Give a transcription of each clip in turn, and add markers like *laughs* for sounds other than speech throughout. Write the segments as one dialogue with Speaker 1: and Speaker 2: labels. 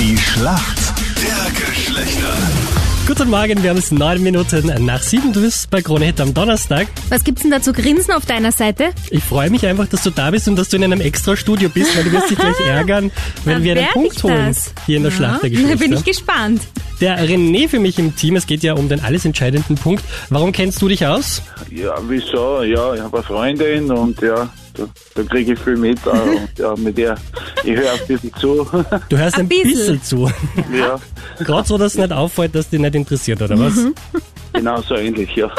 Speaker 1: Schlacht der Geschlechter.
Speaker 2: Guten Morgen, wir haben es neun Minuten nach sieben. Du bist bei Krone Hit am Donnerstag.
Speaker 3: Was gibt's denn da zu grinsen auf deiner Seite?
Speaker 2: Ich freue mich einfach, dass du da bist und dass du in einem Extra-Studio bist, weil du wirst dich
Speaker 3: *laughs*
Speaker 2: gleich ärgern, wenn
Speaker 3: Da
Speaker 2: wir einen
Speaker 3: Ah, werd
Speaker 2: Punkt
Speaker 3: ich
Speaker 2: holen
Speaker 3: das.
Speaker 2: hier in der Schlacht der
Speaker 3: *laughs* Da
Speaker 2: Geschlechter.
Speaker 3: bin ich gespannt.
Speaker 2: der René für mich im Team, es geht ja um den alles entscheidenden Punkt. Warum kennst du dich aus?
Speaker 4: Ja, wieso? Ja, ich habe eine Freundin und ja, da, da kriege ich viel mit.
Speaker 3: *laughs*
Speaker 4: äh, Und, ja, mit ihr, ich höre ein bisschen zu.
Speaker 2: Du hörst ein,
Speaker 3: Ein bisschen.
Speaker 2: bisschen zu. *laughs*
Speaker 4: ja,
Speaker 2: Gerade so, dass es nicht auffällt, dass dich nicht interessiert, oder was?
Speaker 3: Mhm.
Speaker 4: genau so ähnlich, ja.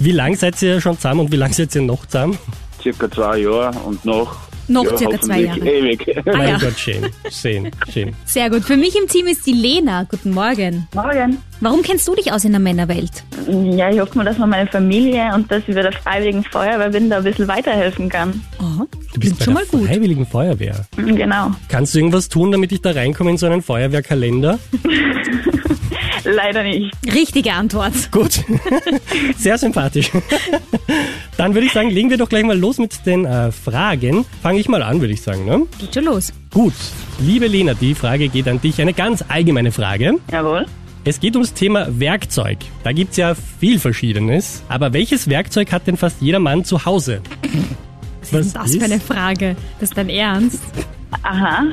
Speaker 2: Wie lang seid ihr schon zusammen und wie lang seid ihr noch zusammen?
Speaker 4: Circa zwei Jahre und noch.
Speaker 3: Noch
Speaker 4: ja,
Speaker 3: circa zwei
Speaker 4: hoffentlich Ewig.
Speaker 2: mein
Speaker 3: Ah, ja.
Speaker 2: Gott, schön. Schön, schön.
Speaker 3: Sehr gut. Für mich im Team ist die Lena. Guten Morgen.
Speaker 5: Morgen.
Speaker 3: Warum kennst du dich aus in der Männerwelt?
Speaker 5: Ja, ich hoffe mal, dass man meine Familie und dass ich bei der Freiwilligen Feuerwehr bin, da ein bisschen weiterhelfen kann.
Speaker 3: Oh,
Speaker 2: Du bist bei
Speaker 3: schon
Speaker 2: der
Speaker 3: mal gut.
Speaker 2: Freiwilligen Feuerwehr.
Speaker 5: Genau.
Speaker 2: Kannst du irgendwas tun, damit ich da reinkomme in so einen Feuerwehrkalender?
Speaker 5: Leider nicht.
Speaker 3: Richtige Antwort.
Speaker 2: Gut, *laughs* sehr sympathisch. *laughs* Dann würde ich sagen, legen wir doch gleich mal los mit den äh, Fragen. Fange ich mal an, würde ich sagen. Ne?
Speaker 3: Geht schon los.
Speaker 2: Gut, liebe Lena, die Frage geht an dich. Eine ganz allgemeine Frage.
Speaker 5: Jawohl.
Speaker 2: Es geht ums Thema Werkzeug. Da gibt's ja viel Verschiedenes. Aber welches Werkzeug hat denn fast jeder Mann zu Hause?
Speaker 3: Was ist denn das für eine Frage? Das ist dein Ernst?
Speaker 5: Aha.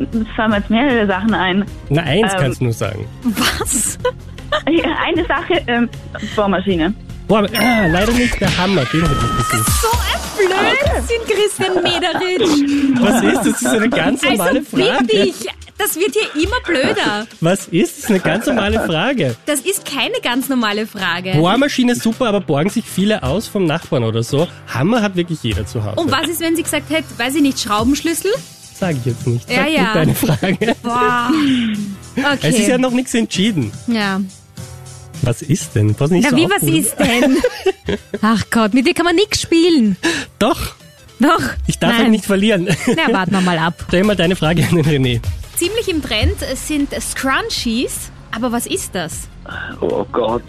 Speaker 5: Es fallen mir jetzt mehrere Sachen ein.
Speaker 2: Na, eins
Speaker 5: Ähm.
Speaker 2: kannst du nur sagen.
Speaker 3: Was?
Speaker 5: Äh, Eine Sache, ähm, Bohrmaschine.
Speaker 2: Boah, aber, ah, leider nicht der Hammer, den hätte ich gesehen.
Speaker 3: *laughs* So ein Blödsinn, Christian Mederitsch.
Speaker 2: Was ist das? Das ist eine ganz *laughs* normale
Speaker 3: Also
Speaker 2: Frage.
Speaker 3: wirklich, das wird hier immer blöder.
Speaker 2: Was ist das? Eine ganz normale Frage.
Speaker 3: Das ist keine ganz normale Frage.
Speaker 2: Bohrmaschine ist super, aber borgen sich viele aus vom Nachbarn oder so. Hammer hat wirklich jeder zu Hause.
Speaker 3: Und was ist, wenn sie gesagt hätte, weiß ich nicht, Schraubenschlüssel?
Speaker 2: Sag ich jetzt nicht. Sag
Speaker 3: Ja,
Speaker 2: du
Speaker 3: ja.
Speaker 2: deine
Speaker 3: *laughs*
Speaker 2: Frage.
Speaker 3: Boah. Okay.
Speaker 2: *laughs* Es ist ja noch nichts entschieden.
Speaker 3: ja.
Speaker 2: Was ist denn? Pass nicht
Speaker 3: Na,
Speaker 2: so
Speaker 3: wie
Speaker 2: auf,
Speaker 3: was
Speaker 2: oder?
Speaker 3: ist denn?
Speaker 2: *laughs*
Speaker 3: Ach Gott, mit dir kann man nix spielen.
Speaker 2: Doch,
Speaker 3: Doch.
Speaker 2: ich darf
Speaker 3: Nein.
Speaker 2: ihn nicht verlieren.
Speaker 3: *laughs*
Speaker 2: *laughs*
Speaker 3: Na, warten wir mal ab.
Speaker 2: Stell mal deine Frage an den René.
Speaker 3: Ziemlich im Trend sind Scrunchies. Aber was ist das?
Speaker 4: *laughs* Oh Gott.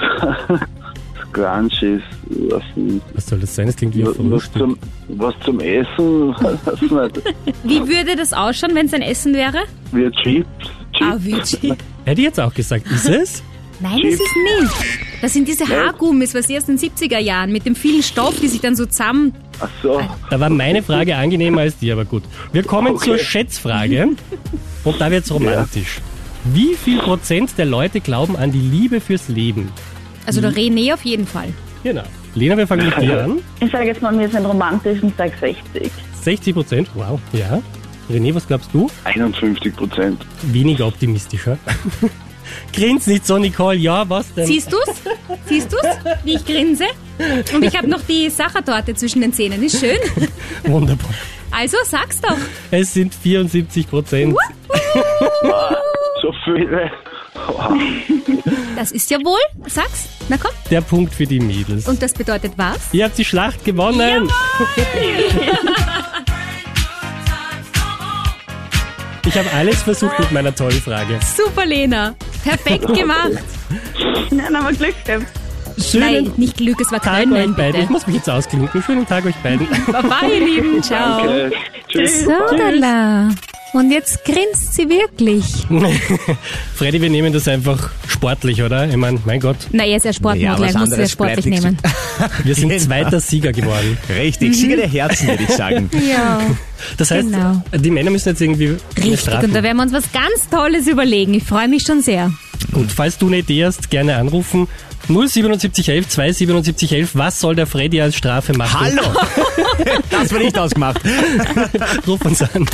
Speaker 4: Crunch ist, was,
Speaker 2: Was soll das sein? Das klingt wie ein
Speaker 4: was,
Speaker 2: Frühstück.
Speaker 4: zum, was zum Essen, *laughs* was nicht.
Speaker 3: Wie würde das ausschauen, wenn es ein Essen wäre?
Speaker 4: Wie Chips.
Speaker 3: Ah,
Speaker 4: Chips.
Speaker 3: Vigi.
Speaker 2: Hätte ich jetzt auch gesagt. Ist
Speaker 3: *laughs*
Speaker 2: es?
Speaker 3: Nein, es ist nicht. Das sind diese Haargummis, was sie aus den 70er Jahren mit dem vielen Stoff, die sich dann so zusammen...
Speaker 4: Ach so.
Speaker 2: Da war meine Frage angenehmer als die, aber gut. Wir kommen zur Schätzfrage. Und da wird's romantisch. Wie viel Prozent der Leute glauben an die Liebe fürs Leben?
Speaker 3: Also
Speaker 2: Mhm.
Speaker 3: der René auf jeden Fall.
Speaker 2: Genau. Lena, wir fangen mit
Speaker 4: *laughs*
Speaker 2: dir an.
Speaker 5: Ich sage jetzt mal, wir sind romantisch und sage *laughs* 60.
Speaker 2: 60 Prozent, wow, ja. René, was glaubst du?
Speaker 4: 51 Prozent.
Speaker 2: Weniger optimistischer. *laughs* Grins nicht so, Nicole, ja, was denn?
Speaker 3: Siehst du's? Siehst du's, wie ich grinse? Und ich habe noch die Sachertorte zwischen den Zähnen. Ist schön.
Speaker 2: Wunderbar.
Speaker 3: Also sag's doch.
Speaker 2: Es sind 74 Prozent.
Speaker 4: So viele. *laughs*
Speaker 3: Das ist ja wohl. Sag's. Na komm.
Speaker 2: Der Punkt für die Mädels.
Speaker 3: Und das bedeutet was?
Speaker 2: Ihr habt die Schlacht gewonnen. *laughs* ich habe alles versucht mit meiner tollen Frage.
Speaker 3: Super, Lena. Perfekt gemacht.
Speaker 5: Nein, aber Glück gehabt.
Speaker 2: Schönen
Speaker 3: Nein, nicht Glück, es war
Speaker 2: Tag euch
Speaker 3: Können, *laughs*
Speaker 2: beiden. Ich
Speaker 3: bitte.
Speaker 2: muss mich jetzt ausklinken. Schönen Tag euch
Speaker 3: *laughs*
Speaker 2: beiden.
Speaker 3: Baba, ihr Lieben. Ciao.
Speaker 4: Äh, Tschüss.
Speaker 3: Sodala. Und jetzt grinst sie wirklich.
Speaker 2: Freddy, wir nehmen das einfach sportlich, oder? Ich meine, mein Gott,
Speaker 3: Na, er ist ja
Speaker 6: Ja,
Speaker 3: Sportmodel,
Speaker 6: was
Speaker 3: ja, muss ja
Speaker 6: anderes
Speaker 3: sportlich
Speaker 6: bleibt
Speaker 3: nehmen.
Speaker 6: *laughs*
Speaker 2: wir sind
Speaker 6: Genau.
Speaker 2: zweiter Sieger geworden.
Speaker 6: Richtig, Sieger der Herzen, würde ich sagen.
Speaker 3: *laughs* Ja.
Speaker 2: Das heißt,
Speaker 3: Genau.
Speaker 2: die Männer müssen jetzt irgendwie
Speaker 3: Richtig,
Speaker 2: strafen.
Speaker 3: und da werden wir uns was ganz Tolles überlegen. Ich freue mich schon sehr.
Speaker 2: Gut, falls du eine Idee hast, gerne anrufen. 07711 27711, was soll
Speaker 3: *laughs*
Speaker 2: der Freddy als Strafe machen?
Speaker 6: Hallo! Das war nicht ausgemacht.
Speaker 2: Ruf uns an.